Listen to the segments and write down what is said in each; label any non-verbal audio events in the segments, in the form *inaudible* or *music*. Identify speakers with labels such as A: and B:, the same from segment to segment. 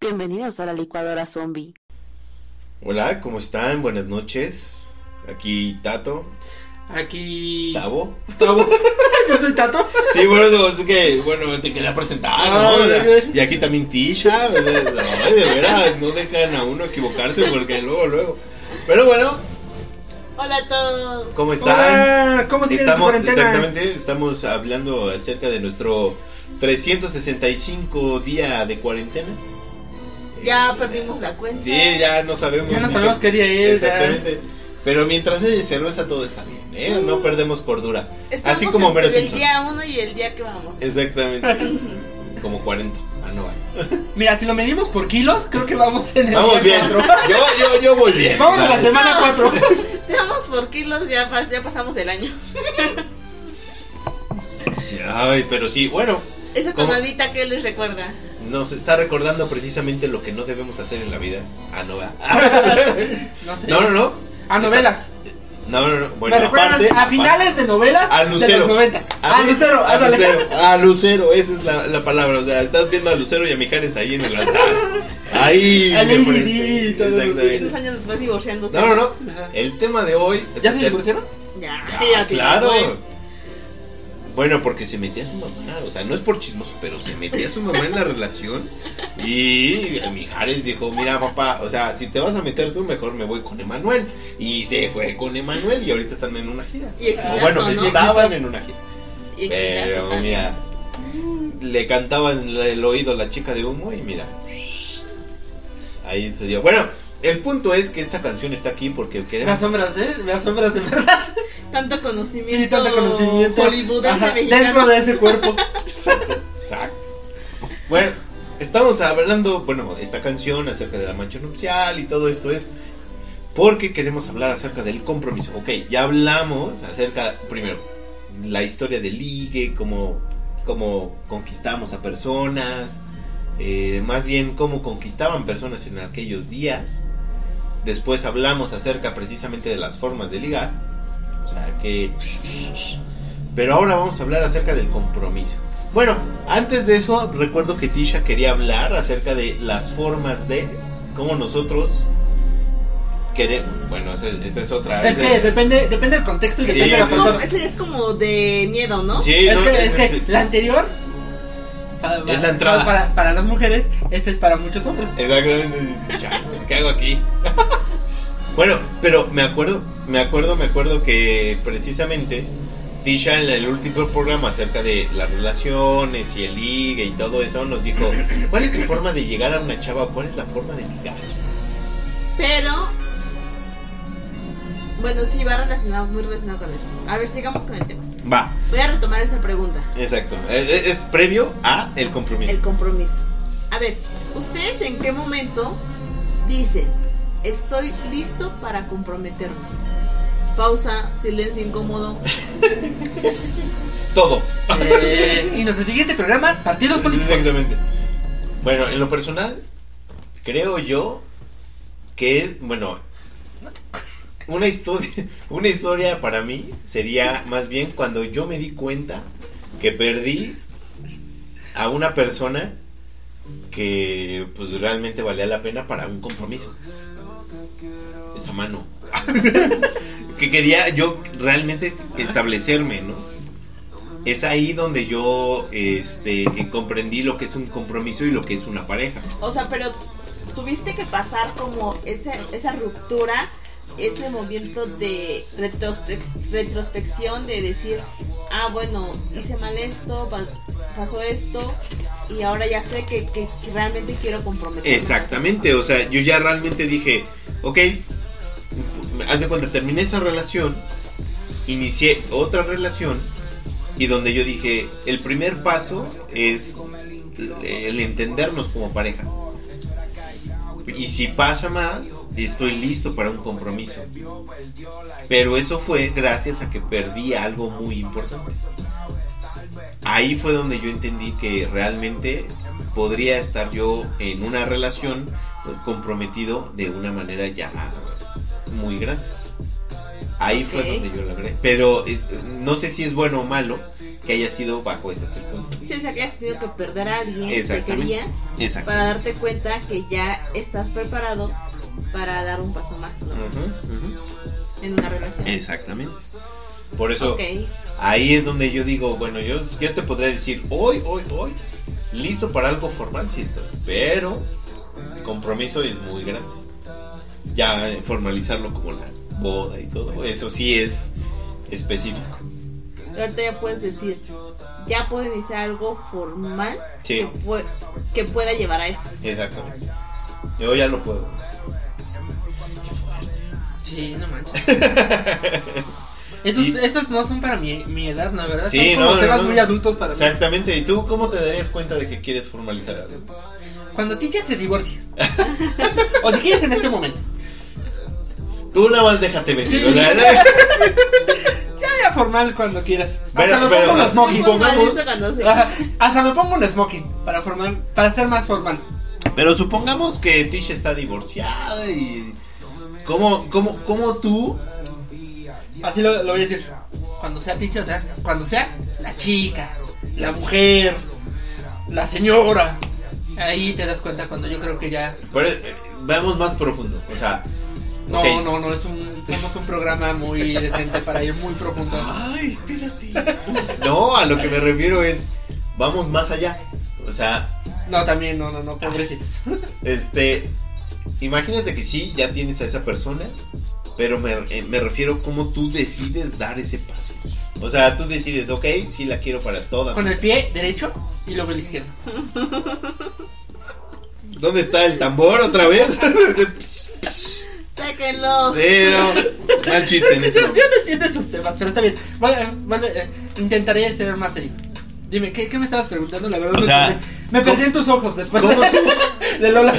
A: Bienvenidos a la licuadora zombie.
B: Hola, ¿cómo están? Buenas noches. Aquí Tato,
C: Aquí.
B: Tavo. *laughs*
C: Tavo. Yo soy Tato.
B: Sí, bueno, no, es que, bueno, te quería presentar, ¿no?
C: Ah,
B: O sea,
C: bien.
B: y aquí también Tisha, o sea, ay, de veras, no dejan a uno equivocarse porque luego, luego. Pero bueno,
A: Hola a todos.
B: ¿cómo están?
C: Hola, ¿cómo sigue tu
B: estamos,
C: cuarentena?
B: exactamente, estamos hablando acerca de nuestro 365 día de cuarentena.
A: Ya perdimos la cuenta.
B: Sí, ya no sabemos.
C: Ya no
B: ni
C: sabemos qué día es. ya.
B: Exactamente. Pero mientras hay cerveza todo está bien, ¿eh? No perdemos cordura.
A: Estamos
B: Así como Homero
A: entre el
B: Simpson.
A: día 1 y el día que vamos.
B: Exactamente. Como 40. Ah, no, vale.
C: Mira, si lo medimos por kilos, creo que vamos en el.
B: Vamos
C: día
B: bien. Yo, yo, yo voy bien.
C: Vamos a la
B: Vale.
C: semana
A: No.
C: 4.
A: Si vamos por kilos, ya, pas- ya pasamos el año.
B: Sí, Ay, pero sí, bueno,
A: Esa
B: ¿Cómo?
A: tonadita que les recuerda.
B: nos está recordando precisamente lo que no debemos hacer en la vida. Ah, no, va. *laughs*
C: No sé.
B: No, no, no.
C: A novelas.
B: No, no, no. Bueno,
C: Me recuerdan
B: aparte,
C: a finales de novelas
B: A
C: de
B: Ah, Lucero.
C: los 90. A, Ah, Lucero,
B: a
C: ándale.
B: Lucero, a Lucero, esa es la, la palabra. O sea, estás viendo a Lucero y a Mijares ahí en el altar. Ahí,
C: Ahí,
B: de
C: sí, todo
B: frente.
A: Unos
B: Exactamente.
A: años después divorciándose.
B: No, no, no. El tema de hoy. es
C: ¿Ya se
B: acerca-
C: divorciaron?
A: Ya,
B: Ah,
A: *laughs* ya te
B: claro.
A: digo,
B: Bueno, porque se metía a su mamá, o sea, no es por chismoso, pero se metía a su mamá en la relación y Mijares dijo, mira papá, o sea, si te vas a meter tú, mejor me voy con Emanuel. Y se fue con Emanuel y ahorita están en una gira.
A: Y exitazo,
B: O Ah, bueno,
A: ¿no?
B: estaban en una gira.
A: güey. Y exitazo
B: Pero
A: también.
B: mira, le cantaban el- el oído a la chica de humo y mira. Ahí se dio. Bueno, el punto es que esta canción está aquí porque
C: Me
B: queremos...
C: asombras, ¿eh? Me asombras de verdad.
A: Tanto conocimiento.
C: Sí, tanto conocimiento.
A: Hollywoodense
C: Ajá,
A: mexicano.
C: Dentro de ese
B: *laughs*
C: cuerpo.
B: Exacto. Bueno, estamos hablando, bueno, esta canción acerca de la mancha nupcial y todo esto es porque queremos hablar acerca del compromiso. Ok, ya hablamos acerca, primero, la historia del ligue, cómo, cómo conquistamos a personas, eh, más bien cómo conquistaban personas en aquellos días. Después hablamos acerca precisamente de las formas de ligar. O sea que... Pero ahora vamos a hablar acerca del compromiso. Bueno, antes de eso, recuerdo que Tisha quería hablar acerca de las formas de cómo nosotros queremos. Bueno, esa, esa es otra.
C: Es
B: esa-
C: que depende, depende del contexto y
B: Sí,
C: depende de la
A: Es como,
C: persona.
A: ese es como de miedo, ¿no?
B: Sí,
C: es
B: no,
C: que,
B: es-
C: es que
B: es-
C: la anterior para-
B: Es la entrada. Eh.
C: Para, para las mujeres, esta es para muchos hombres.
B: Exactamente. Chale, ¿Qué hago aquí? *laughs* bueno, pero me acuerdo, me acuerdo, me acuerdo que precisamente Tisha en el último programa acerca de las relaciones y el ligue y todo eso nos dijo, ¿cuál es su forma de llegar a una chava? ¿Cuál es la forma de ligar?
A: Pero. Bueno, sí, va relacionado, muy relacionado con esto. A ver, sigamos con el tema.
B: Va.
A: Voy a retomar esa pregunta.
B: Exacto. Es, es- es previo a el compromiso.
A: El compromiso. A ver, ¿ustedes en qué momento dicen, estoy listo para comprometerme? Pausa, silencio incómodo.
B: Todo.
C: Eh, y nuestro siguiente programa,
B: *laughs*
C: partidos políticos.
B: Exactamente. Bueno, en lo personal, creo yo que es, bueno, una historia, una historia para mí sería más bien cuando yo me di cuenta que perdí a una persona que pues realmente valía la pena para un compromiso. Esa mano. *laughs* que quería yo realmente establecerme, ¿no? Es ahí donde yo este, que comprendí lo que es un compromiso y lo que es una pareja.
A: O sea, pero tuviste que pasar como esa, esa ruptura, ese momento de retrospec- retrospección, de decir, ah, bueno, hice mal esto, pa- pasó esto, y ahora ya sé que, que realmente quiero comprometerme.
B: Exactamente, o sea, yo ya realmente dije, ok, haz de cuenta, terminé esa relación, inicié otra relación y donde yo dije, el primer paso es el entendernos como pareja. Y si pasa más, estoy listo para un compromiso. Pero eso fue gracias a que perdí algo muy importante. Ahí fue donde yo entendí que realmente podría estar yo en una relación comprometido de una manera ya muy grande. Ahí fue
A: Ok.
B: donde yo la logré. Pero eh, no sé si es bueno o malo que haya sido bajo esas circunstancias.
A: Si que has tenido que perder a alguien que
B: Exactamente.
A: querías
B: Exacto.
A: para darte cuenta que ya estás preparado para dar un paso más, ¿no?
B: Ujú, ujú.
A: En una relación.
B: Exactamente. Por eso
A: Ok.
B: ahí es donde yo digo, bueno, yo, yo te podría decir, hoy, hoy, hoy, listo para algo formal, sí estoy. Pero el compromiso es muy grande. Ya eh, formalizarlo como la boda y todo, eso sí es específico.
A: Pero ahorita ya puedes decir, ya puedo iniciar algo formal
B: Sí.
A: que, pue- que pueda llevar a eso.
B: Exactamente. Yo ya lo puedo.
C: Sí, no manches. *laughs* Estos,
B: Y-
C: estos no son para mi, mi edad, ¿no? ¿Verdad?
B: Sí,
C: son como
B: no, no,
C: temas
B: no.
C: muy adultos para mí.
B: Exactamente. ¿Y tú cómo te darías cuenta de que quieres formalizar algo?
C: Cuando Ticha se divorcia. o si quieres en este momento.
B: Tú nada más déjate metido.
C: Ya, ya formal cuando quieras. Hasta
B: Pero-
C: me
B: pero-
C: pongo un
A: Muy
C: smoking.
A: formal
B: pongamos-
A: eso cuando se-
C: Ajá, Hasta me pongo un smoking para formal, para ser más formal.
B: Pero supongamos que Tish está divorciada y... ¿Cómo, cómo, cómo tú?
C: Así lo, lo voy a decir. Cuando sea Ticha, o sea, cuando sea la chica, la mujer, la señora. Ahí te das cuenta cuando yo creo que ya.
B: Pero, eh, vamos más profundo. O sea...
C: No,
B: ok.
C: no, no, es un, somos un programa muy decente para ir muy profundo.
B: Ay, espérate. No, a lo que me refiero es... Vamos más allá. O sea,
C: No, también, no, no, no,
B: Ah,
C: pobrecitos.
B: Este, imagínate que sí, ya tienes a esa persona, pero me, eh, me refiero cómo tú decides dar ese paso. O sea, tú decides, ok, sí la quiero para toda.
C: Con el pie derecho y luego el izquierdo.
B: ¿Dónde está el tambor otra vez? *laughs*
A: Sáquenlo.
B: Pero, mal chiste en
C: Sí,
B: este
C: Yo, yo
B: momento.
C: no entiendo esos temas, pero está bien. Vale, vale, eh, intentaré ser más serio. Dime, ¿qué, qué me estabas preguntando? La verdad,
B: O
C: me,
B: sea,
C: perdí, me perdí en tus ojos después
B: ¿Cómo
C: de,
B: tú?
C: de Lola.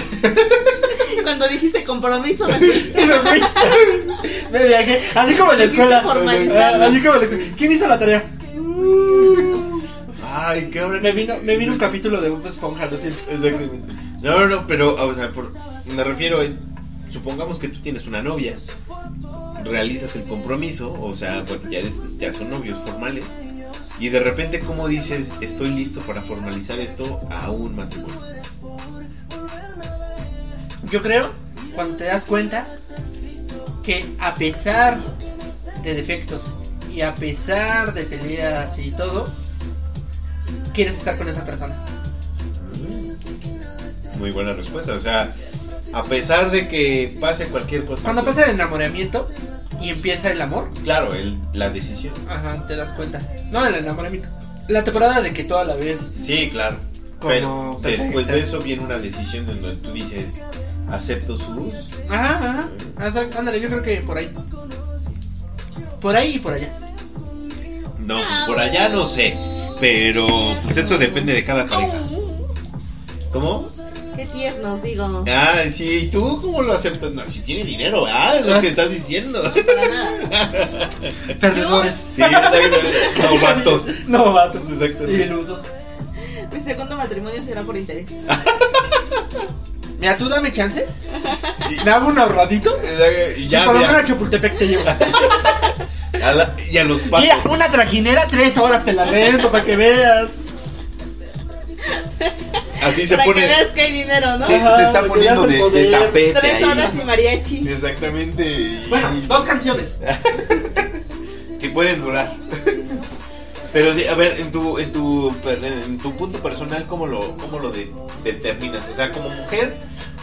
C: *laughs*
A: Cuando dijiste compromiso, me fui.
C: Y me fui. Me viajé, así como en la escuela.
A: Formalizarlo.
C: Ah, Así como en la escuela. ¿Quién hizo la tarea?
B: Ay, qué hora.
C: Me vino, me vino un capítulo de Bob Esponja, lo siento.
B: Exactamente. No, no, no, pero, o sea, por- me refiero es, supongamos que tú tienes una novia, realizas el compromiso, o sea, bueno, ya, eres, ya son novios formales, y de repente, ¿cómo dices, estoy listo para formalizar esto a un matrimonio?
C: Yo creo, cuando te das cuenta, que a pesar de defectos y a pesar de peleas y todo, quieres estar con esa persona.
B: Muy buena respuesta, o sea, a pesar de que pase cualquier cosa. pues,
C: Cuando pasa el enamoramiento y empieza el amor,
B: Claro, el- la decisión.
C: ajá, te das cuenta. No, el enamoramiento. La temporada de que toda la vez
B: Sí, claro. Pero
C: como
B: después
C: perfecta.
B: de eso viene una decisión en donde tú dices, acepto su luz.
C: Ajá, ajá. O sea, ándale, yo creo que por ahí. Por ahí y por allá.
B: No, por allá no sé. Pero pues esto depende de cada pareja. ¿Cómo?
A: Qué tiernos, digo.
B: Ah, sí, ¿y tú cómo lo aceptas? No, si tiene dinero, ah, es lo que estás diciendo.
A: No, para nada.
B: Eh,
C: Perdedores.
B: Sí, no, vatos.
C: No, vatos.
B: Exactamente.
C: Ilusos.
A: Mi segundo matrimonio será por interés.
C: Mira, tú dame chance.
B: *laughs*
C: Me hago un ahorradito.
B: Y ya,
C: y por lo menos a
B: mira,
C: Chapultepec te llevo.
B: a la- y a los
C: Mira,
B: patos.
C: una trajinera, tres horas te la rento para que veas.
B: Así se
A: Para
B: pone.
A: que veas que hay dinero, ¿no?
B: Sí,
C: Ajá,
B: se está
C: me
B: poniendo
C: quedaste
B: de,
C: poder.
B: de tapete.
A: Tres
B: ahí.
A: horas y mariachi.
B: Exactamente. y-
C: Bueno, dos canciones.
B: que pueden durar. *laughs* Pero sí, a ver, en tu, en tu, per- en tu punto personal, ¿cómo lo, cómo lo de- determinas? O sea, como mujer,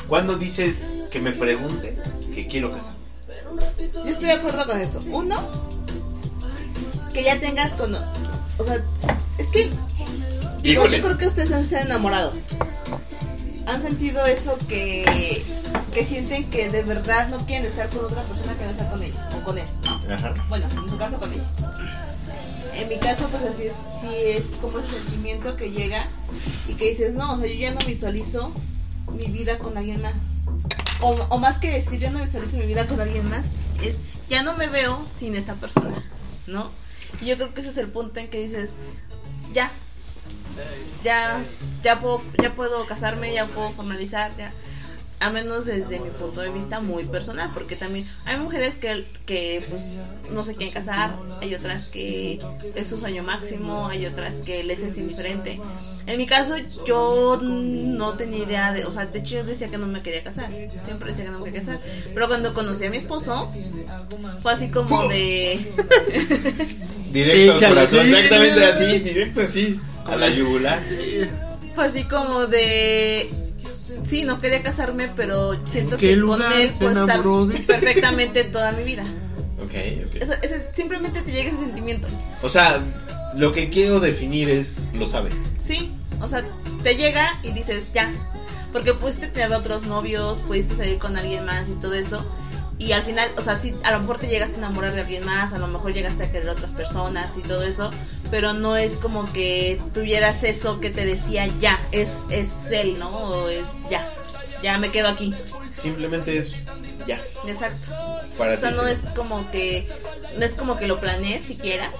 B: ¿cuándo dices que me pregunten que quiero casar?
A: Yo estoy de acuerdo con eso. Uno, que ya tengas con. O sea, es que. Digo,
B: Híjole.
A: yo creo que ustedes han- se han enamorado. Han sentido eso que. Que sienten que de verdad no quieren estar con otra persona que no sea con ella o con él.
B: Ajá.
A: Bueno, en su caso con ella. En mi caso, pues así es, sí es como ese sentimiento que llega y que dices, no, o sea, yo ya no visualizo mi vida con alguien más. O, o más que decir, yo no visualizo mi vida con alguien más, es, ya no me veo sin esta persona, ¿no? Y yo creo que ese es el punto en que dices, ya, ya, ya puedo, ya puedo casarme, ya puedo formalizar, ya. a menos desde mi punto de vista muy personal, porque también hay mujeres que, que pues, no se quieren casar, hay otras que es su sueño máximo, hay otras que les es indiferente. En mi caso yo no tenía idea de, o sea, de hecho yo decía que no me quería casar, siempre decía que no me quería casar, pero cuando conocí a mi esposo fue así como de...
B: Directo al
C: Échale,
B: corazón,
C: sí.
B: exactamente así, directo así, a la yugular.
A: Fue así como de. Sí, no quería casarme, pero siento
C: ¿En qué
A: que
C: lugar
A: con él
C: se
A: puedo estar
C: enamoró de-
A: perfectamente toda mi vida.
B: Ok, ok.
A: Eso, eso es- simplemente te llega ese sentimiento.
B: O sea, lo que quiero definir es, lo sabes.
A: Sí, o sea, te llega y dices ya. Porque pudiste tener otros novios, pudiste salir con alguien más y todo eso. Y al final, o sea, sí, a lo mejor te llegaste a enamorar de alguien más, a lo mejor llegaste a querer a otras personas y todo eso. Pero no es como que tuvieras eso que te decía ya. Es, es él, ¿no? O es ya. Ya me quedo aquí.
B: Simplemente es ya,
A: Exacto.
B: para
A: O sea,
B: ti.
A: no es como que no es como que lo planees siquiera,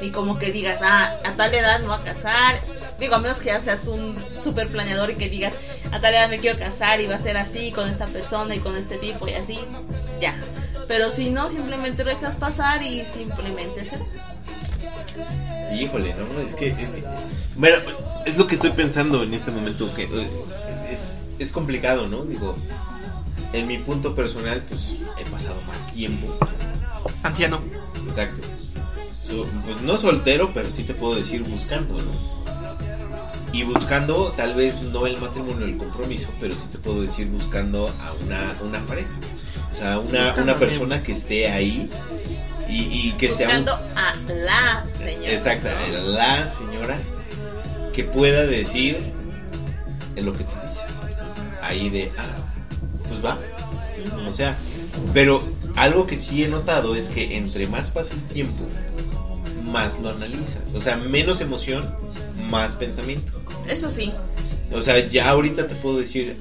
A: ni como que digas, ah, a tal edad me voy a casar. Digo, a menos que ya seas un super planeador y que digas, a tal edad me quiero casar y va a ser así con esta persona y con este tipo y así, ya. Pero si no, simplemente lo dejas pasar y simplemente se da.
B: Híjole, no, es que es, Bueno, es lo que estoy pensando en este momento, que eh, es, es complicado, ¿no? Digo, en mi punto personal, pues he pasado más tiempo,
C: Anciano.
B: exacto. So- pues, no soltero, pero sí te puedo decir buscando, ¿no? Y buscando, tal vez no el matrimonio, el compromiso, pero sí te puedo decir buscando a una, una pareja. O sea, una,
C: Buscando
B: una
C: bien.
B: persona que esté ahí y, y que sea un
A: Buscando a la señora.
B: Exacto, eh,
A: ¿no?
B: la señora que pueda decir en lo que tú dices. Ahí de, ah, pues va.
A: Ujú.
B: O sea, pero algo que sí he notado es que entre más pasa el tiempo, más lo analizas. O sea, menos emoción, más pensamiento.
A: Eso sí,
B: O sea, ya ahorita te puedo decir,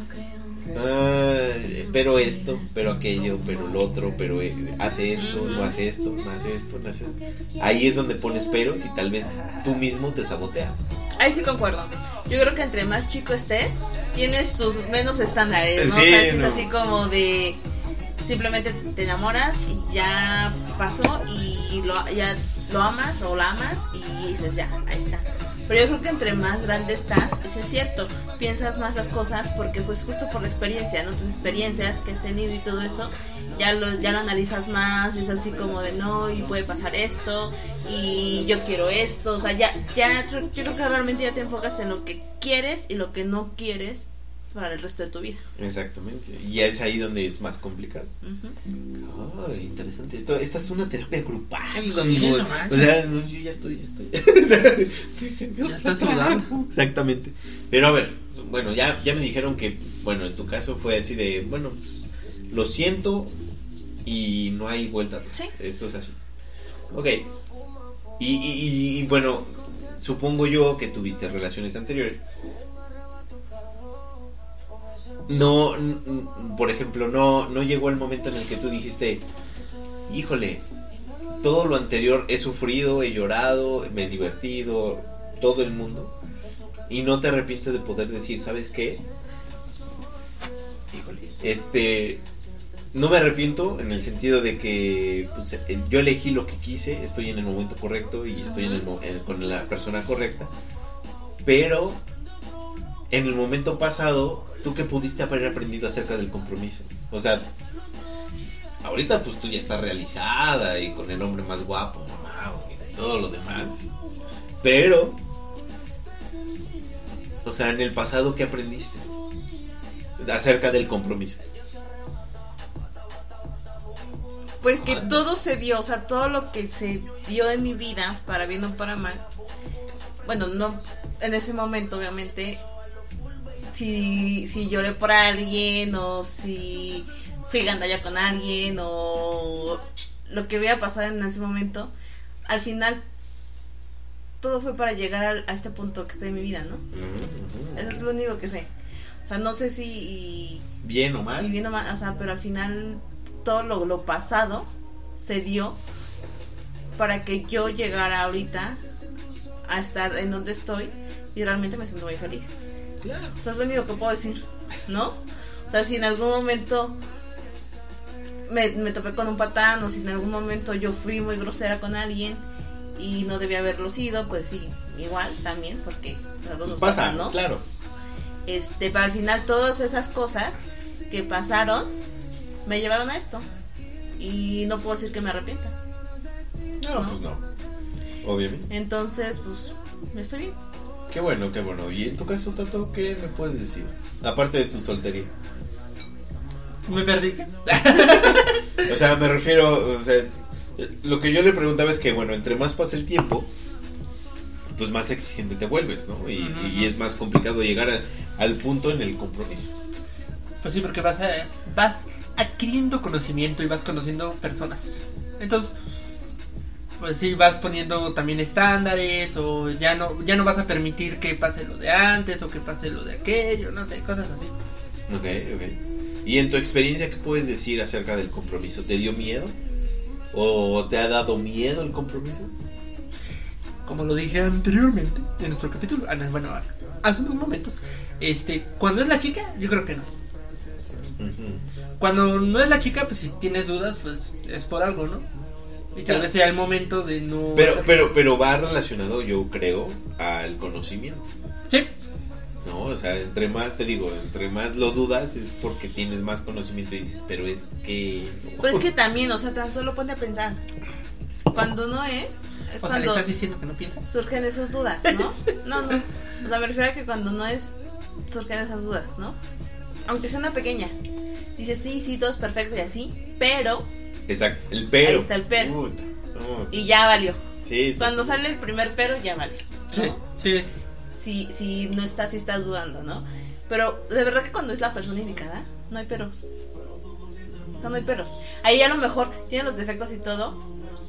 B: "Ah, pero esto, pero aquello, pero lo otro, pero eh, hace esto, no hace esto, no hace esto, no hace esto. Ahí es donde pones peros y tal vez tú mismo te saboteas.
A: ahí sí concuerdo. Yo creo que entre más chico estés, tienes tus menos estándares,
B: Eh,
A: ¿no?
B: Sí,
A: o sea, es
B: no.
A: así como de simplemente te enamoras y ya pasó y lo, ya lo amas o la amas y dices ya, ahí está. Pero yo creo que entre más grande estás, eso es cierto, piensas más las cosas porque pues justo por la experiencia, ¿no? Tus experiencias que has tenido y todo eso, ya lo, ya lo analizas más, y es así como de no, y puede pasar esto, y yo quiero esto, o sea, ya, ya yo creo que realmente ya te enfocas en lo que quieres y lo que no quieres para el resto de tu vida.
B: Exactamente. Y es ahí donde es más complicado.
A: Ujú.
B: Ah, interesante. Esto, esta es una terapia grupal,
C: Sí,
B: amigos.
C: no manches.
B: o sea, no, yo ya estoy, *laughs* ya estoy.
C: Ya estás sudando.
B: Exactamente. Pero a ver, bueno, ya, ya me dijeron que, bueno, en tu caso fue así de, bueno, pues, lo siento y no hay vuelta atrás.
A: Sí.
B: Esto es así. Ok. Y, y- y- y, bueno, supongo yo que tuviste relaciones anteriores. No, n- n- por ejemplo, no, no llegó el momento en el que tú dijiste, híjole, todo lo anterior he sufrido, he llorado, me he divertido, todo el mundo. Y no te arrepientes de poder decir, ¿sabes qué? Híjole, este, no me arrepiento en el sentido de que pues, eh, yo elegí lo que quise, estoy en el momento correcto y estoy en el mo- en- con la persona correcta, pero en el momento pasado, ¿tú qué pudiste haber aprendido acerca del compromiso? O sea, ahorita pues tú ya estás realizada y con el hombre más guapo, mamá, y todo lo demás, pero, o sea, en el pasado, ¿qué aprendiste acerca del compromiso?
A: Pues que todo se dio, o sea, todo lo que se dio en mi vida, para bien o para mal. Bueno, no en ese momento, obviamente. Si, si lloré por alguien, o si fui gandalla con alguien, o lo que hubiera pasado en ese momento, al final todo fue para llegar al- a, este punto que estoy en mi vida, ¿no? Eso es lo único que sé. O sea, no sé si.
B: Bien o mal.
A: Si bien o mal, o sea, pero al final todo lo, lo pasado se dio para que yo llegara ahorita a estar en donde estoy y realmente me siento muy feliz.
B: Claro.
A: O sea, es lo único que puedo decir, ¿no? O O sea, si en algún momento me, me topé con un patán o si en algún momento yo fui muy grosera con alguien y no debía haberlo sido, pues sí, igual también, porque a todos
B: Pues
A: nos
B: pasa,
A: pasan, ¿no?
B: claro.
A: Este, pero al final todas esas cosas que pasaron me llevaron a esto. Y no puedo decir que me arrepienta.
B: No,
A: ¿No?
B: pues no. Obviamente.
A: Entonces, pues, estoy bien.
B: Qué bueno, qué bueno. ¿Y en tu caso, Tato, qué me puedes decir? Aparte de tu soltería.
C: Me perdí.
B: O sea, me refiero, o sea, lo que yo le preguntaba es que, bueno, entre más pasa el tiempo, pues más exigente te vuelves, ¿no? Y,
C: Ujú.
B: y es más complicado llegar a- al punto en el compromiso.
C: Pues sí, porque vas, a- vas adquiriendo conocimiento y vas conociendo personas. Entonces, pues sí, vas poniendo también estándares o ya no, ya no vas a permitir que pase lo de antes o que pase lo de aquello, no sé, cosas así.
B: Ok, ok. ¿Y en tu experiencia qué puedes decir acerca del compromiso? ¿Te dio miedo? ¿O te ha dado miedo el compromiso?
C: Como lo dije anteriormente en nuestro capítulo, ah, no, bueno, hace unos momentos, este, cuando es la chica, yo creo que no.
B: Ujú.
C: Cuando no es la chica, pues si tienes dudas, pues es por algo, ¿no? Y tal vez sea el momento de no.
B: Pero,
C: hacerlo.
B: pero, pero va relacionado, yo creo, al conocimiento.
C: Sí,
B: No, o sea, entre más, te digo, entre más lo dudas es porque tienes más conocimiento y dices, pero es que...
A: Pero es que también, o sea, tan solo ponte a pensar. Cuando no es, es
C: o sea, le
A: cuando
C: estás diciendo que no piensas.
A: surgen esas dudas, ¿no? No, no. O sea, me refiero a que cuando no es, surgen esas dudas, ¿no? Aunque sea una pequeña. Dices, sí, sí, todo es perfecto y así, pero,
B: Exacto, el pero.
A: Ahí está el pero.
B: Puta, no,
A: y ya valió.
B: sí, sí.
A: Cuando sale el primer pero, ya valió. ¿no?
C: Sí, sí.
A: Si, si no estás, si estás dudando, ¿no? Pero de verdad que cuando es la persona indicada, no hay peros. O sea, no hay peros. Ahí a lo mejor tiene los defectos y todo,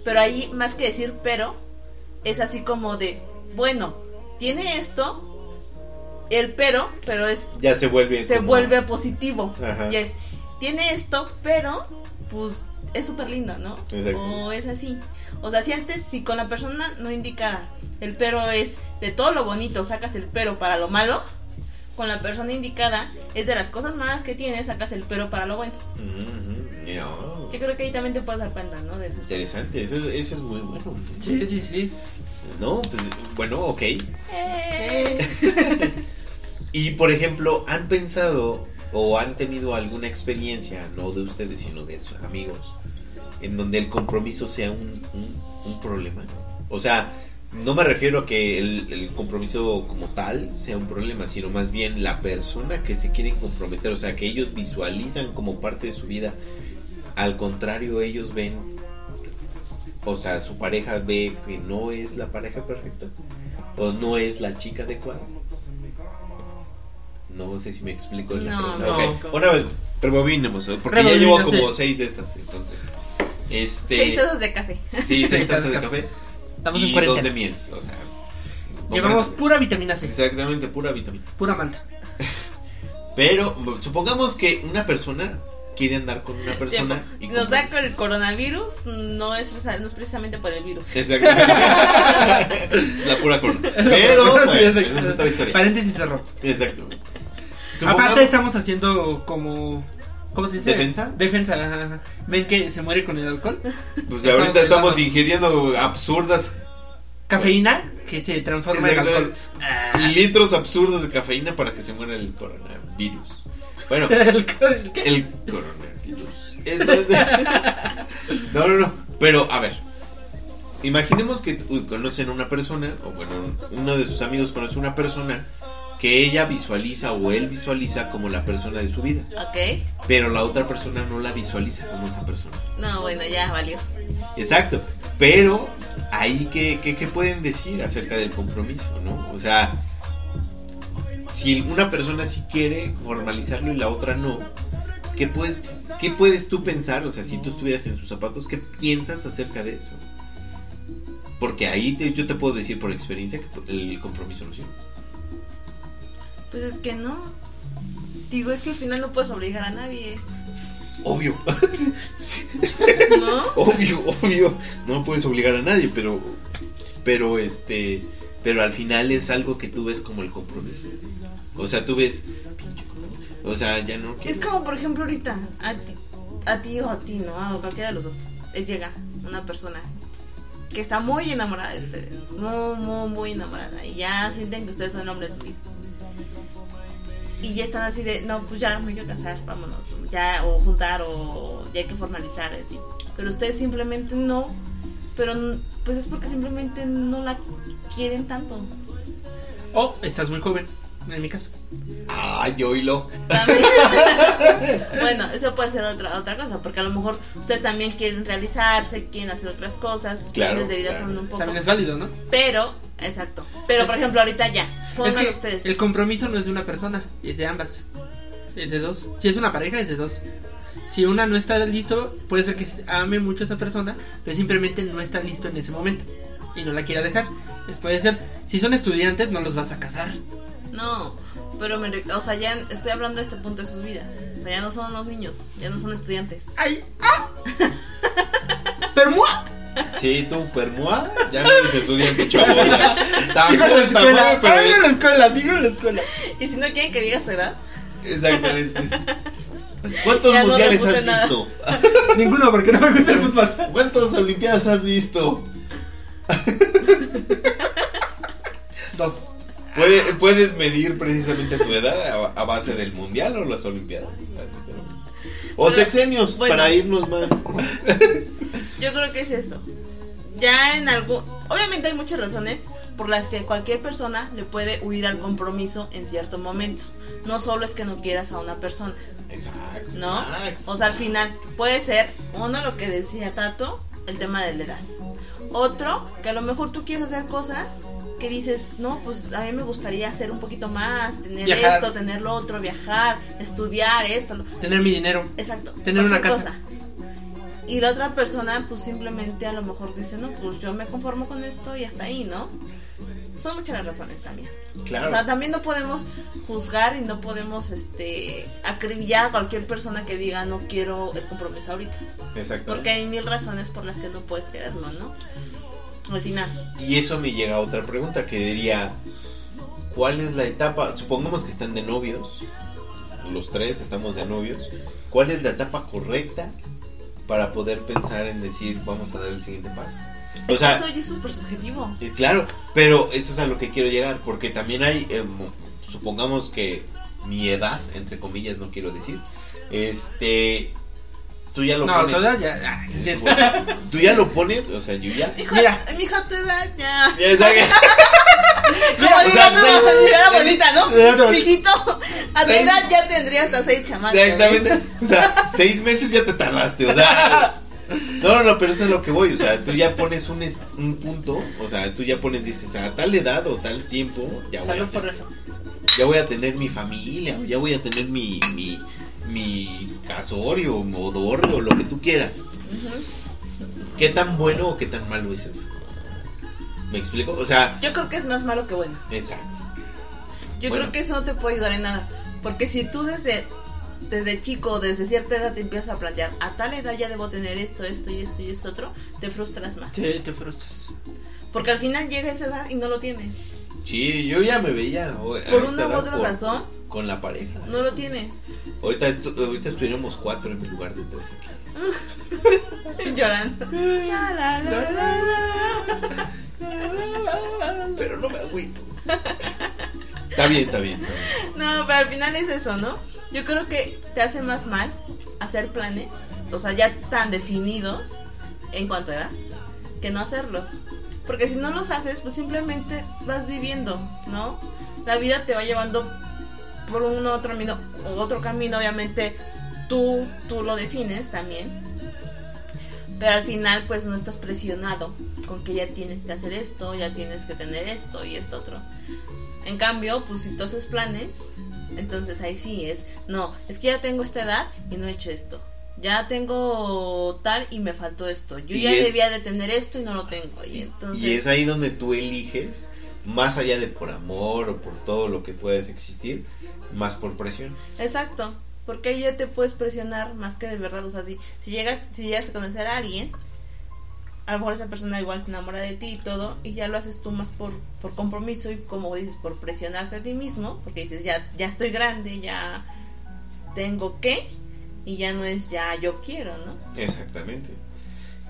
A: pero ahí más que decir pero, es así como de, bueno, tiene esto, el pero, pero es
B: Ya se vuelve...
A: se
B: como-
A: vuelve positivo.
B: Ajá.
A: Y es, tiene esto, pero pues es súper lindo, ¿no?
B: Exacto.
A: O es así. O sea, si antes, si con la persona no indicada el pero es de todo lo bonito, sacas el pero para lo malo, con la persona indicada es de las cosas malas que tienes, sacas el pero para lo bueno.
B: Ujú, no.
A: Yo creo que ahí también te puedes dar cuenta, ¿no? De esas cosas.
B: Interesante, eso, eso es muy bueno.
C: Sí, sí, sí.
B: No, pues, bueno, ok.
A: ¡Eh!
B: Y, por ejemplo, ¿han pensado o han tenido alguna experiencia, no de ustedes, sino de sus amigos, en donde el compromiso sea un, un- un problema? O sea, no me refiero a que el, el compromiso como tal sea un problema, sino más bien la persona que se quieren comprometer, o sea, que ellos visualizan como parte de su vida. Al contrario, ellos ven, o sea, su pareja ve que no es la pareja perfecta o no es la chica adecuada. No sé si me explico la
A: No,
B: pregunta.
C: no.
B: Ok, Una vez, rebobinemos, ¿eh? porque ya
C: Rebobina,
B: llevo como
C: sí.
B: seis de estas, entonces. Este,
A: Seis tazas de café.
B: Sí, seis
C: Seis
B: tazas
C: tazas
B: de
C: de
B: café.
C: Estamos
B: y
C: en
B: dos de
C: cuarentena.
B: miel. O sea,
C: Llevamos
B: completamente.
C: pura vitamina C,
B: Exactamente, pura vitamina.
C: pura malta.
B: Pero m- supongamos que una persona quiere andar con una persona y
A: pues, Nos
B: compra-
A: da con el coronavirus, no es, no es precisamente por el virus.
B: Exactamente. *laughs* la pura corona. *laughs* Pero,
C: *laughs* Sí,
B: bueno, esa
C: exacto.
B: es otra historia.
C: Paréntesis cerró.
B: Exacto.
C: Aparte
B: Supongamos-
C: estamos haciendo como... ¿Cómo se dice?
B: ¿Defensa?
C: Defensa, ajá, ajá. ¿Ven que se muere con el alcohol?
B: Pues
C: Estamos
B: ahorita estamos
C: hablando-
B: ingiriendo absurdas
C: Cafeína que se transforma en
B: Exacto.
C: alcohol. Ah, *laughs*
B: litros absurdos de cafeína para que se muera el coronavirus. Bueno,
C: *laughs* alcohol, ¿el qué?
B: el coronavirus. Entonces, *laughs* no, no, no. Pero, a ver. Imaginemos que uy, conocen a una persona, o bueno, uno de sus amigos conoce a una persona que ella visualiza o él visualiza como la persona de su vida,
A: ¿Ok?
B: pero la otra persona no la visualiza como esa persona.
A: No, bueno, ya valió.
B: Exacto. Pero ahí que, pueden decir acerca del compromiso, ¿no? O sea, si una persona sí quiere formalizarlo y la otra no, ¿qué puedes, qué puedes tú pensar? O sea, si tú estuvieras en sus zapatos, ¿qué piensas acerca de eso? Porque ahí te- yo te puedo decir por experiencia que el compromiso no sirve.
A: Pues es que no. Digo, es que al final no puedes obligar a nadie,
B: *laughs* Obvio,
A: ¿no?
B: obvio, *laughs* obvio. No puedes obligar a nadie, pero, pero este, pero al final es algo que tú ves como el compromiso. O sea, tú ves, O sea, ya no.
A: Es como, por ejemplo, ahorita, a ti, a ti o a ti, ¿no? A cualquiera de los dos. eh, Llega una persona que está muy enamorada de ustedes. Muy, muy, muy enamorada. Y ya sienten que ustedes son hombres bis. Y ya están así de, no, pues ya me quiero casar, vámonos. Ya, o juntar, o ya hay que formalizar, así. Pero ustedes simplemente no. Pero n- pues es porque simplemente no la quieren tanto.
C: O estás muy joven, en mi caso.
B: Ay, oílo.
A: *laughs* También. bueno, eso puede ser otra otra cosa, porque a lo mejor ustedes también quieren realizarse, quieren hacer otras cosas,
B: Claro,
A: planes de vida
B: claro.
A: son un poco.
C: También es válido, ¿no?
A: Pero, exacto. Pero
C: Es
A: por
C: que-
A: ejemplo, ahorita ya,
C: Es
A: pongan
C: que
A: ustedes.
C: el compromiso no es de una persona, es de ambas. Es de dos. Si es una pareja, es de dos. Si una no está listo, puede ser que ame mucho a esa persona, pero simplemente no está listo en ese momento y no la quiera dejar. Pues puede ser, si son estudiantes, no los vas a casar.
A: No, pero me re- o sea, ya estoy hablando de este punto de sus vidas. O sea, ya no son unos niños, ya no son estudiantes.
C: ¡Ay! *laughs* ¡Ah! ¡Permua!
B: Sí, tú, permua. Ya no eres estudiante, chavo. ya. Está
C: Sigo en la
B: joven, está
C: escuela,
B: joven, pero.
C: sigo en la escuela, sigo en la escuela.
A: Y si no quieren que diga su edad,
B: Exactamente. ¿Cuántos
A: Ya no
B: mundiales
A: repute
B: has
A: nada.
B: visto?
C: *laughs* Ninguno, porque no me gusta el fútbol.
B: ¿Cuántas olimpiadas has visto?
C: Dos.
B: Puede- ¿Puedes medir precisamente tu edad a, a base del mundial o las olimpiadas? Así que no. O
A: Bueno,
B: sexenios,
A: bueno.
B: para irnos más.
A: yo creo que es eso. Ya en algún obviamente hay muchas razones por las que cualquier persona le puede huir al compromiso en cierto momento. No solo es que no quieras a una persona.
B: Exacto.
A: ¿No?
B: exacto.
A: O sea, al final puede ser, uno, lo que decía Tato, el tema de la edad. Otro, que a lo mejor tú quieres hacer cosas que dices, no, pues a mí me gustaría hacer un poquito más, tener
C: Viajar.
A: esto, tener lo otro, viajar, estudiar esto. lo-
C: Tener mi dinero.
A: Exacto.
C: Tener una
A: cualquier
C: casa.
A: Y la otra persona, pues simplemente a lo mejor dice, no, pues yo me conformo con esto y hasta ahí, ¿no? Son muchas las razones también. O sea,
B: Claro.
A: también no podemos juzgar y no podemos este acribillar a cualquier persona que diga no quiero el compromiso ahorita.
B: Exacto.
A: Porque hay mil razones por las que no puedes quererlo, ¿no? Al final.
B: Y eso me llega a otra pregunta que diría, ¿cuál es la etapa? Supongamos que están de novios, los tres estamos de novios, ¿cuál es la etapa correcta para poder pensar en decir vamos a dar el siguiente paso? O sea,
A: eso ya es súper subjetivo.
B: eh, claro, pero eso es a lo que quiero llegar, porque también hay, eh, mo- supongamos que mi edad, entre comillas, no quiero decir, este, tú ya lo
C: No,
B: pones.
C: toda ya. ay,
B: Es bueno, Tú ya lo pones, o sea, yo
C: *laughs*
B: ya.
A: Hijo,
C: Mira.
A: mi hija, tu edad ya.
B: Ya está que-
A: Como
B: o
A: digo,
B: sea,
A: no vas a llegar a
B: seis-
A: abuelita, ¿no?
C: seis-
A: Mijito, a tu
B: seis-
A: edad ya tendrías las seis ¿eh? chamacas. ¿no?
B: Exactamente. O sea, seis meses ya te tardaste, o sea. No, no, no, pero eso es lo que voy. O sea, tú ya pones un, est- un punto. O sea, tú ya pones, dices, a tal edad o tal tiempo, ya voy, a,
A: Salud por
B: tener,
A: eso.
B: ya voy a tener mi familia, o ya voy a tener mi, mi, mi casorio o dorre o lo que tú quieras.
A: Ujú.
B: ¿Qué tan bueno o qué tan malo es eso? ¿Me explico? O sea,
A: Yo creo que es más malo que bueno.
B: exacto.
A: Yo
B: Bueno.
A: creo que eso no te puede ayudar en nada. Porque si tú desde, desde chico, desde cierta edad, te empiezas a plantear, a tal edad ya debo tener esto, esto y esto y esto otro, te frustras más.
C: Sí, te frustras.
A: Porque al final llega esa edad y no lo tienes.
B: Sí, yo ya me veía. o- a
A: Por
B: esta
A: una u
B: edad
A: otra
B: por-
A: razón,
B: Con la pareja.
A: no lo tienes.
B: Ahorita, tu- ahorita estuviéramos cuatro en mi lugar de tres aquí.
A: Llorando. Cha, la, la, la, la.
B: Pero no me agüito. Está bien, está bien. está bien.
A: No, pero al final es eso, ¿no? Yo creo que te hace más mal hacer planes, o sea, ya tan definidos en cuanto a edad, que no hacerlos. Porque si no los haces, pues simplemente vas viviendo, ¿no? La vida te va llevando por un otro camino, u otro camino, obviamente tú, tú lo defines también. Pero al final, pues no estás presionado con que ya tienes que hacer esto, ya tienes que tener esto y esto otro. En cambio, pues si tú haces planes, entonces ahí sí es, no, es que ya tengo esta edad y no he hecho esto. Ya tengo tal y me faltó esto. Yo
B: Y
A: ya
B: es-
A: debía de tener esto y no lo tengo. Y entonces...
B: Y es ahí donde tú eliges, más allá de por amor o por todo lo que puedes existir, más por presión.
A: Exacto, porque ahí ya te puedes presionar más que de verdad, o sea, si, si llegas, si llegas a conocer a alguien, a lo mejor esa persona igual se enamora de ti y todo, y ya lo haces tú más por, por compromiso y como dices, por presionarte a ti mismo, porque dices, ya, ya estoy grande, ya, tengo que y ya no es ya yo quiero, ¿no?
B: Exactamente.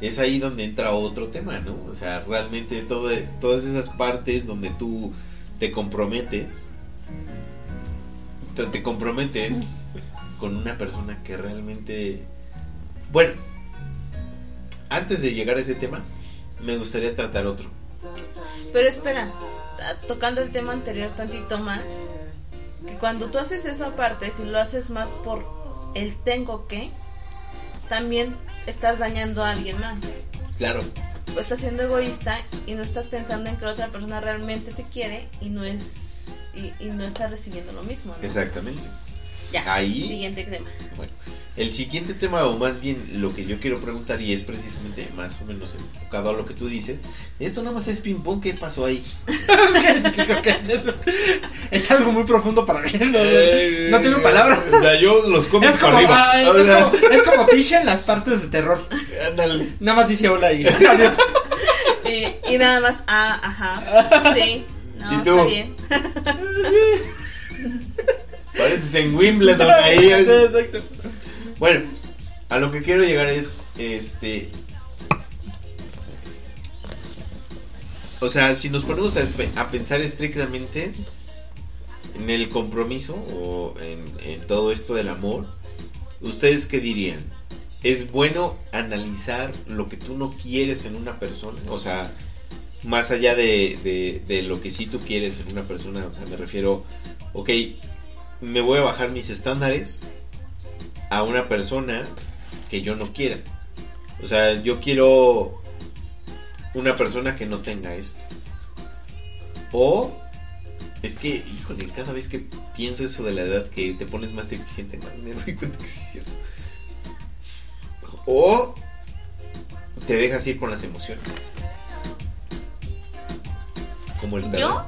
B: Es ahí donde entra otro tema, ¿no? O sea, realmente todo, todas esas partes donde tú te comprometes, te, te comprometes con una persona que realmente... Bueno, antes de llegar a ese tema, me gustaría tratar otro.
A: Pero espera, ta- tocando el tema anterior tantito más, que cuando tú haces eso aparte, si lo haces más por el tengo que, también estás dañando a alguien más.
B: Claro,
A: O estás siendo egoísta y no estás pensando en que la otra persona realmente te quiere y no es y, y no está recibiendo lo mismo. ¿no?
B: exactamente.
A: Ya,
B: ahí-
A: siguiente tema.
B: Bueno, el siguiente tema, o más bien lo que yo quiero preguntar, y es precisamente más o menos enfocado a lo que tú dices, esto nada más es ping-pong, ¿qué pasó ahí?
C: Creo que es, *laughs* es algo muy profundo para mí. No, no tengo palabras.
B: O sea, yo los cómics
C: Es como,
B: para Eh, arriba.
C: ay,
B: O
C: es
B: sea,
C: como- es como Fish en las partes de terror.
B: ándale.
C: Nada más dice hola
B: *laughs*
C: y adiós.
A: Eh, y nada más, ah,
B: *laughs*
A: ajá. Sí. No,
B: ¿Y tú?
A: está bien.
B: Pareces en Wimbledon
C: *laughs*
B: ahí. Bueno, a lo que quiero llegar es, este... O sea, si nos ponemos a, espe- a pensar estrictamente en el compromiso o en, en todo esto del amor, ¿ustedes qué dirían? ¿Es bueno analizar lo que tú no quieres en una persona? O sea, más allá de, de- de lo que sí tú quieres en una persona, o sea, me refiero, ok, me voy a bajar mis estándares a una persona que yo no quiera. O sea, yo quiero una persona que no tenga esto. O es que, híjole, cada vez que pienso eso de la edad que te pones más exigente, *laughs* más me doy cuenta que sí es cierto. O te dejas ir con las emociones. Como el
A: ¿Yo?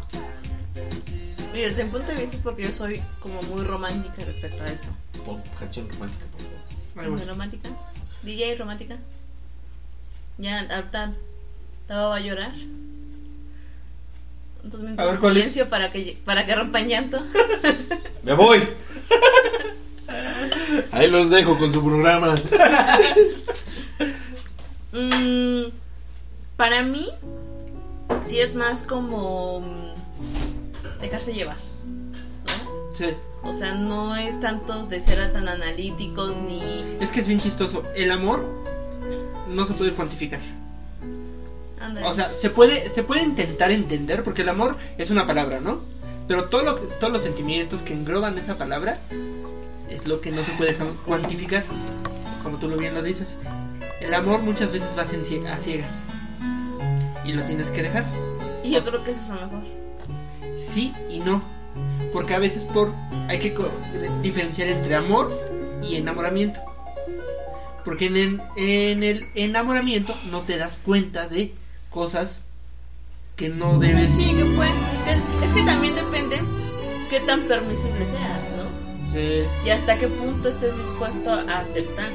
A: Y desde mi punto de vista es porque yo soy como muy romántica respecto a eso.
B: Pon canción romántica, por favor.
C: Ay, bueno.
A: Canción romántica. DJ romántica. Ya, ahorita estaba va a llorar. Dos minutos
C: A ver,
A: de
C: ¿cuál es?
A: silencio para que para que rompa en llanto.
B: ¡Me voy! Ahí los dejo con su programa.
A: Mm, para mí, sí es más como mm, dejarse llevar. ¿no?
C: Sí.
A: O sea, no es tanto de ser tan analíticos ni.
C: Es que es bien chistoso. El amor no se puede cuantificar.
A: Ándale.
C: O sea, se puede, se puede intentar entender porque el amor es una palabra, ¿no? Pero todo lo que- todos los sentimientos que engloban esa palabra es lo que no se puede jam- cuantificar, como tú lo bien lo dices. El amor muchas veces vas en cie- a ciegas y lo tienes que dejar.
A: y yo creo que eso es lo mejor.
C: Sí y no, porque a veces por hay que co- diferenciar entre amor y enamoramiento. Porque en el, en el enamoramiento no te das cuenta de cosas que no debes
A: Sí, que pueden. que- Es que también depende qué tan permisible seas, ¿no?
C: Sí,
A: Y hasta qué punto estés dispuesto a aceptar.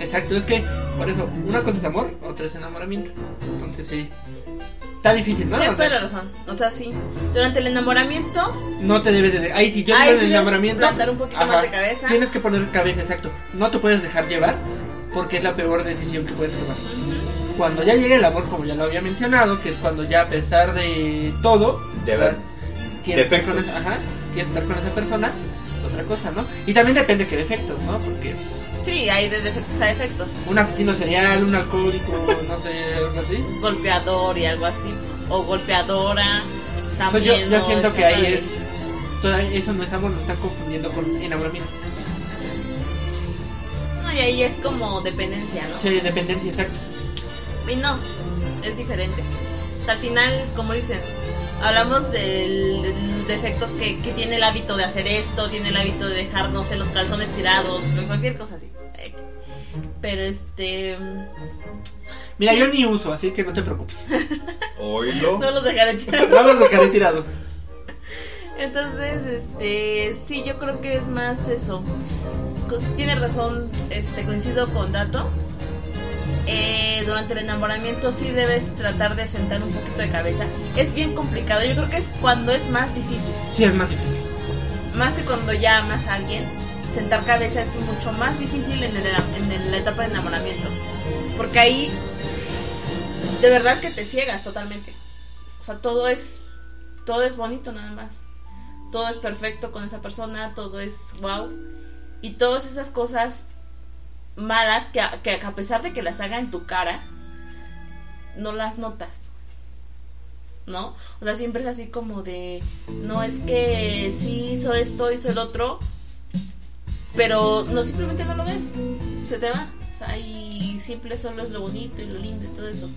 C: exacto, es que por eso, una cosa es amor, otra es enamoramiento. Entonces sí, está difícil, ¿no?
A: Tienes
C: O
A: toda
C: sea,
A: la razón. O sea, sí. Durante el enamoramiento,
C: no te debes de dejar. Ahí si yo
A: ahí
C: digo
A: sí
C: el
A: debes
C: enamoramiento,
A: plantar un poquito
C: ajá,
A: más de cabeza.
C: tienes que poner cabeza, exacto. No te puedes dejar llevar porque es la peor decisión que puedes tomar.
A: Ujú.
C: Cuando ya llega el amor, como ya lo había mencionado, que es cuando ya a pesar de todo,
B: De
C: o sea,
B: verdad.
C: quieres estar,
B: defectos.
C: con esa, ajá, quieres estar con esa persona, otra cosa, ¿no? Y también depende qué defectos, ¿no? Porque pues,
A: Sí, hay de defectos a efectos.
C: un asesino serial, un alcohólico, no sé, algo así.
A: golpeador y algo así, pues, o golpeadora.
C: Entonces
A: También
C: yo, yo
A: ¿no?
C: siento
A: Esa
C: que ahí
A: madre.
C: es. toda- eso no es amor, lo están confundiendo con enamoramiento.
A: No, y ahí es como dependencia, ¿no?
C: Sí, dependencia, exacto.
A: Y no, es diferente. O sea, al final, como dicen, hablamos del, del defectos que, que tiene el hábito de hacer esto, tiene el hábito de dejar, no sé, los calzones tirados, cualquier cosa así. Eh, Pero este. No
C: Mira, yo ni uso, así que no te preocupes.
B: Oílo.
A: los dejaré tirados.
C: *laughs* No los dejaré tirados.
A: *laughs* Entonces, este, sí, yo creo que es más eso. Co- Tiene razón, este, coincido con Dato. Eh, durante el enamoramiento sí debes tratar de sentar un poquito de cabeza. Es bien complicado, yo creo que es cuando es más difícil.
C: Sí, es más difícil.
A: Más que cuando ya amas a alguien, sentar cabeza es mucho más difícil en, el- en el- la etapa de enamoramiento. Porque ahí de verdad que te ciegas totalmente. O sea, todo es todo es bonito nada más. Todo es perfecto con esa persona, todo es wow. Y todas esas cosas malas que a, que a pesar de que las haga en tu cara, no las notas. ¿No? O sea, siempre es así como de, no es que sí hizo esto, hizo el otro, pero no simplemente no lo ves, se te va. O sea, y siempre solo es lo bonito y lo lindo y todo eso.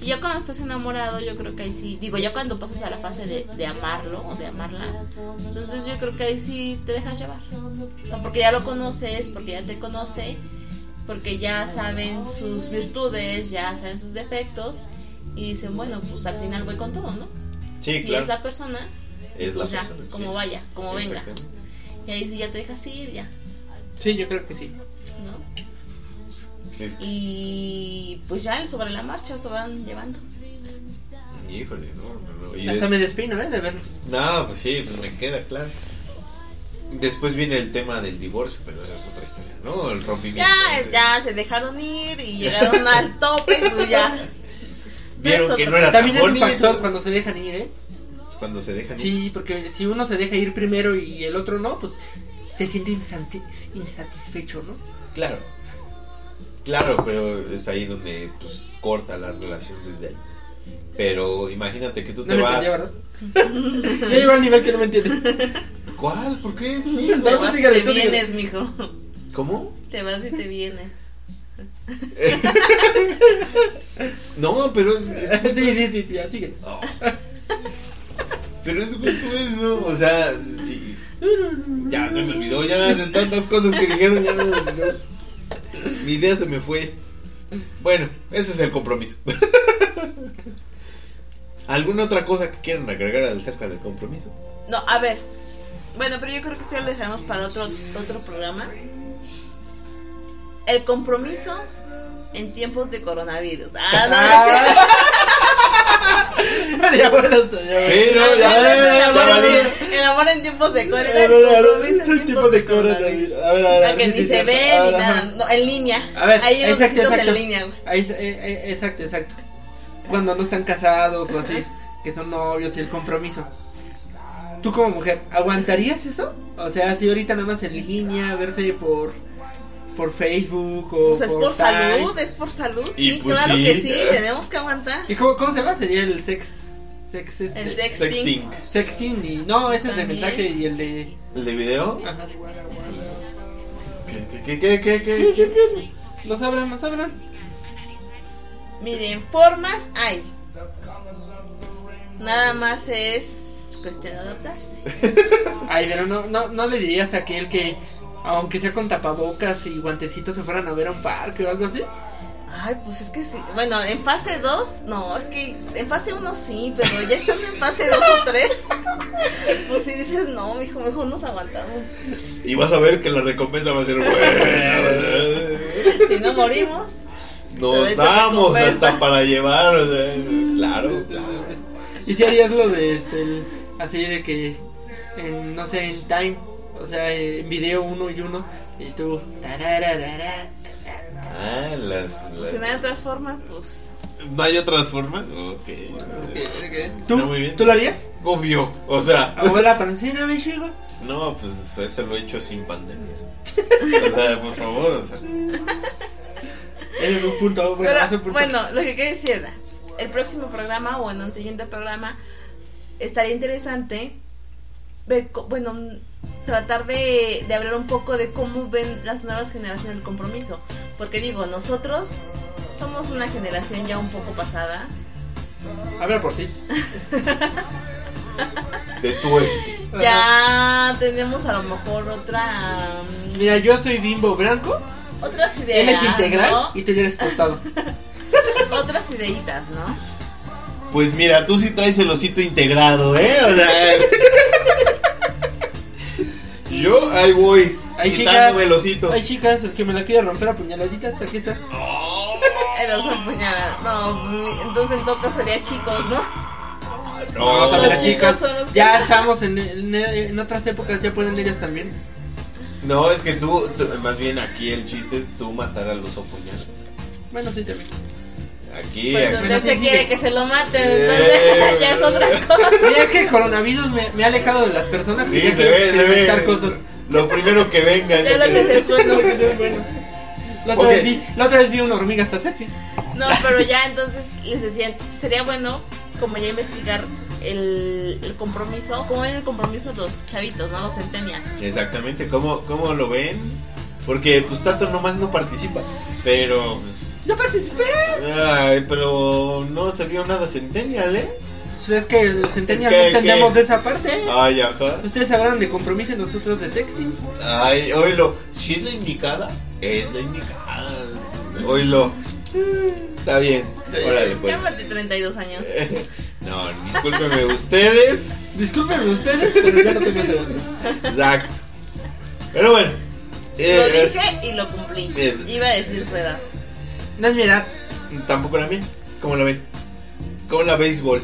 A: Y ya cuando estás enamorado, yo creo que ahí sí, digo, ya cuando pasas a la fase de, de amarlo o de amarla, entonces yo creo que ahí sí te dejas llevar. O sea, porque ya lo conoces, porque ya te conoce, porque ya saben sus virtudes, ya saben sus defectos y dicen, bueno, pues al final voy con todo, ¿no?
B: Sí,
A: si
B: claro.
A: es la persona,
B: Es la
A: pues ya,
B: persona,
A: como
B: sí.
A: vaya, como venga.
B: Exactamente.
A: Y ahí sí ya te dejas ir, ya,
C: Sí, yo creo que sí.
A: ¿no?
B: Es-
A: Y pues ya sobre la marcha se van llevando.
B: Híjole, no, no, no. Y
C: Hasta
B: des-
C: me despeino, ¿eh? De verlos.
B: No, pues sí, pues me queda claro. Después viene el tema del divorcio, pero esa es otra historia, ¿no? El rompimiento.
A: Ya,
B: de-
A: ya se dejaron ir y llegaron al tope, pues ya.
B: Vieron
A: Eso
B: que no
A: también.
B: era tan
C: También es un
B: bonito
C: factor cuando se dejan ir, ¿eh?
B: cuando se dejan ir.
C: Sí, porque si uno se deja ir primero y el otro no, pues se siente insati- insatisfecho, ¿no?
B: Claro. Claro, pero es ahí donde pues corta la relación desde ahí. Pero imagínate que tú
C: No
B: te
C: me
B: vas.
C: entendió, ¿verdad? Ya llegó al nivel que no me entiendes.
B: ¿Cuál? ¿Por
C: *laughs*
B: qué? Sí.
A: Te
C: No, tú
A: vas y
C: sígale,
A: te
C: tú sígale.
A: vienes, mijo.
B: ¿Cómo?
A: Te vas y te vienes.
B: No, pero es,
C: *laughs*
B: es
C: Sí, sí, sí, sí, ya, sigue.
B: No. Pero es justo eso, o sea, sí. Ya se me olvidó, ya de tantas cosas que dijeron, ya no me olvidó. Mi idea se me fue. Bueno, ese es el compromiso. *laughs* ¿Alguna otra cosa que quieran agregar acerca del compromiso?
A: No, a ver. Bueno, pero yo creo que esto ya lo dejamos para otro, otro programa. El compromiso en tiempos de coronavirus. Ah, no, no es cierto.
C: Ya, bueno, ya,
B: Sí, no, ya, ya,
A: El amor
B: ya, ya,
A: en- El amor en tiempos de
C: bueno.
A: cólera. el compromiso en tiempos de
C: A
A: coronavirus.
C: ver, a ver, a
A: La
C: ver,
A: que
C: sí,
A: ni
C: sí,
A: se
C: cierto.
A: ve ni
C: Ahora,
A: nada.
C: ajá.
A: No, en línea.
C: A ver,
A: Ahí hay unos
C: exacto,
A: besitos
C: exacto.
A: en línea, güey.
C: Ahí, eh, eh, exacto, exacto. Cuando no están casados o así, que son novios y el compromiso. Tú como mujer, ¿aguantarías eso? O sea, si ahorita nada más en línea, verse por por Facebook o
A: Pues es por
C: Time.
A: salud, es por salud.
B: Y
A: Sí,
B: pues
A: claro
B: sí.
A: que sí, tenemos que aguantar.
C: ¿Y cómo, cómo se llama? Sería el sex sex este,
A: El sex-
B: Sexting.
A: Sexting.
C: sexting y no, ese es de
A: También.
C: mensaje y el de
B: ¿El de video?
C: ajá.
B: ¿Qué, qué, qué, qué, qué, qué?
C: No sabrán, no sabrán.
A: Miren, formas hay. Nada más es cuestión de adaptarse.
C: Ay, pero no no no le dirías a aquel que aunque sea con tapabocas y guantecitos se fueran a ver a un parque o algo así.
A: Ay, pues es que sí. Bueno, en fase 2, no, es que en fase 1 sí, pero ya estando en fase 2 o 3, pues si dices, no, mijo, mejor nos aguantamos.
B: Y vas a ver que la recompensa va a *laughs* ser buena. ¿verdad?
A: Si no morimos, Pero
B: Nos
A: esta
B: damos
A: recompensa.
B: hasta para llevar, o sea, claro, claro.
C: ¿Y si harías lo de este, el- así de que, en, no sé, en time, o sea, en video uno y uno, y tú, tarararara,
B: Ah, las.
A: pues
B: las-
A: si nada de todas formas, pues.
B: ¿No hay otras formas? Ok.
C: que- que- ¿tú,
B: Está muy bien.
C: ¿tú lo harías?
B: Obvio, o sea.
C: Abuela pancina, me llegó.
B: No, pues eso lo he hecho sin *laughs* pandemias. O sea, por favor, o sea.
C: Es un punto, bueno, es
A: Pero
C: un punto.
A: bueno, lo que quería decir era, el próximo programa o en un siguiente programa estaría interesante ver, co- bueno, mm, tratar de, de hablar un poco de cómo ven las nuevas generaciones el compromiso. Porque digo, nosotros somos una generación ya un poco pasada.
C: Habla por ti.
B: De tu este.
A: Ya tenemos a lo mejor otra
C: Ajá.
A: mm,
C: Mira, yo soy bimbo blanco,
A: otras
C: él
A: ideas,
C: es integral
A: ¿no?
C: y tú ya eres
A: *laughs*
C: tostado.
A: otras ideitas, ¿no?
B: Pues mira, tú sí traes el osito integrado, ¿eh? O
C: *laughs*
B: sea. Yo ahí voy.
C: Ay,
B: quitándome el
C: chicas.
B: osito.
C: Ay, chicas, el que me la quiere romper a puñaladitas, aquí está.
A: El oso apuñala. No, mm, entonces en todo caso sería chicos, ¿no?
C: No, también las
A: chicos
C: chicas.
A: son los que-
C: Ya estamos en, en- en otras épocas, ya pueden ellas también.
B: No, es que tú, tú- más bien aquí el chiste es tú matar al oso puñal.
C: Bueno, sí,
A: *laughs*
C: también.
B: Aquí,
A: Pues
B: aquí.
A: entonces
C: sí, sí,
A: quiere
C: sí.
A: que se lo mate,
B: Eh,
A: entonces *laughs* ya
B: *laughs*
A: es otra cosa.
C: Mira que el coronavirus me, me ha alejado de las personas
B: Sí,
C: y ya
B: se
C: quiero
B: ve, se
C: experimentar
B: ve.
C: cosas.
B: Lo primero que venga.
A: Ya lo que se
C: Lo que
B: *laughs*
A: bueno.
C: sea bueno. La otra,
B: Ok.
C: vez vi, la otra vez vi una hormiga hasta sexy.
A: No, pero ya entonces les decían, sería bueno como ya investigar el, el compromiso, cómo ven el compromiso los chavitos, ¿no? Los centenias.
B: Exactamente, ¿cómo, cómo lo ven? Porque pues Tato nomás no participa, pero pues,
C: No participé.
B: ay, pero no se vio nada centennial, ¿eh?
C: Pues es que los centenios
B: Es que-
C: no entendemos
B: que- Ah.
C: de esa parte.
B: Ay, ajá.
C: Ustedes hablaron de compromiso y nosotros de texting.
B: Ay, oílo, si es la indicada, es la indicada. Oílo. Mm, Está bien. Órale, pues.
A: Cálmate
B: *laughs*
A: 32 años.
B: No, discúlpenme ustedes.
C: Disculpen ustedes, pero *laughs* ya no tengo ese dato.
B: Exacto. Pero bueno.
A: Lo
B: eh,
A: dije y lo cumplí.
B: es-
A: Iba a decir su edad.
C: No es mi edad.
B: Tampoco la mía. ¿Cómo la ven? ¿Cómo la béisbol?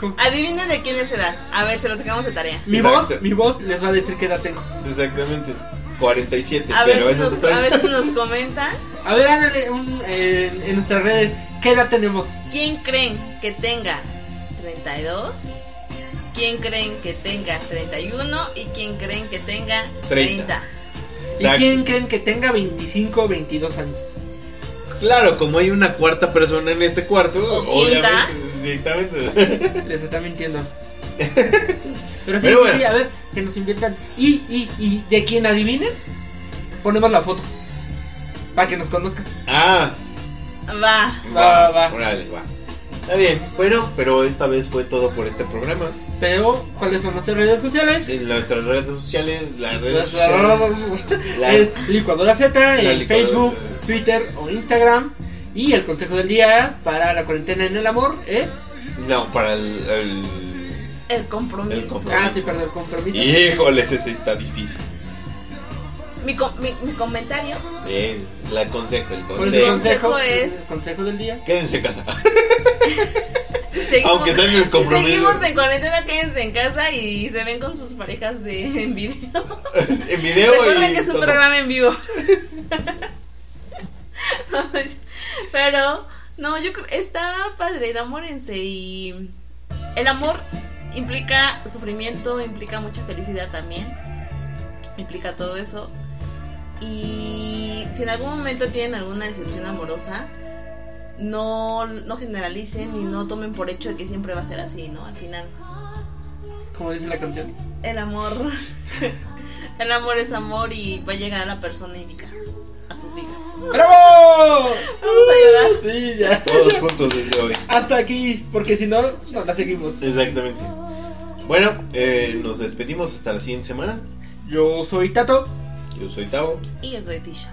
C: Con-
A: Adivinen de quién es edad. A ver, se lo sacamos de tarea.
C: Mi
B: Exacto.
C: voz, mi voz les va a decir qué edad tengo.
B: Exactamente. 47,
A: A ver,
B: pero esa
A: si
B: es
A: nos,
B: otra
A: a ver si
B: historia.
A: nos comenta
C: A ver, háganle un, eh, en nuestras redes, ¿qué edad tenemos?
A: quién creen que tenga 32, quién creen que tenga 31 y quién creen que tenga
B: 30.
A: 30.
B: Exacto.
C: ¿Y quién creen que tenga 25 o 22 años?
B: Claro, como hay una cuarta persona en este cuarto,
A: ¿O quinta?
B: obviamente. Exactamente. *laughs*
C: Les está mintiendo. Pero sí,
B: Pero
C: sí,
B: bueno.
C: sí, a ver, que nos inventan. Y, y, y de quien adivinen, ponemos la foto. Para que nos conozcan.
B: Ah,
A: Va.
C: Va, va.
B: Órale, va. Está bien. Bueno, pero esta vez fue todo por este programa.
C: Pero, ¿cuáles son nuestras redes sociales?
B: En nuestras redes sociales, las redes
C: Las-
B: *laughs* sociales. la-
C: es Licuadora Z en
B: La licuadora.
C: Facebook, Twitter o Instagram. Y el consejo del día para la cuarentena en el amor es.
B: No, para el. el-
A: El compromiso.
B: El compromiso.
C: Ah, sí, perdón, compromiso.
B: Híjoles, ese está difícil.
A: Mi, com- mi- mi comentario.
B: Eh, la aconsejo, el
C: ¿Cuál es el
B: consejo.
C: consejo?
A: consejo es-
C: El consejo del día.
B: Quédense en casa. *laughs*
A: si Seguimos,
B: Aunque salga el
A: si
B: compromiso.
A: seguimos en cuarentena, quédense en casa y se ven con sus parejas de en video.
B: en video
A: Recuerden
B: y
A: que es un
B: todo.
A: programa en vivo. *laughs* Pero, no, yo creo, está padre, enamórense y el amor implica sufrimiento, implica mucha felicidad también, implica todo eso. Y si en algún momento tienen alguna desilusión amorosa, no, no generalicen y no tomen por hecho de que siempre va a ser así, ¿no? Al final
C: Como dice la canción.
A: el amor. *laughs* El amor es amor y va a llegar a la persona indica a sus vidas.
C: ¡Bravo!
A: Vamos a llorar.
C: Sí, ya.
B: Todos juntos desde hoy.
C: Hasta aquí, porque si no, no la seguimos.
B: Exactamente. Bueno, eh, nos despedimos hasta la siguiente semana.
C: Yo soy Tato.
B: Yo soy Tavo.
A: Y yo soy Tisha.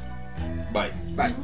B: Bye.
C: Bye.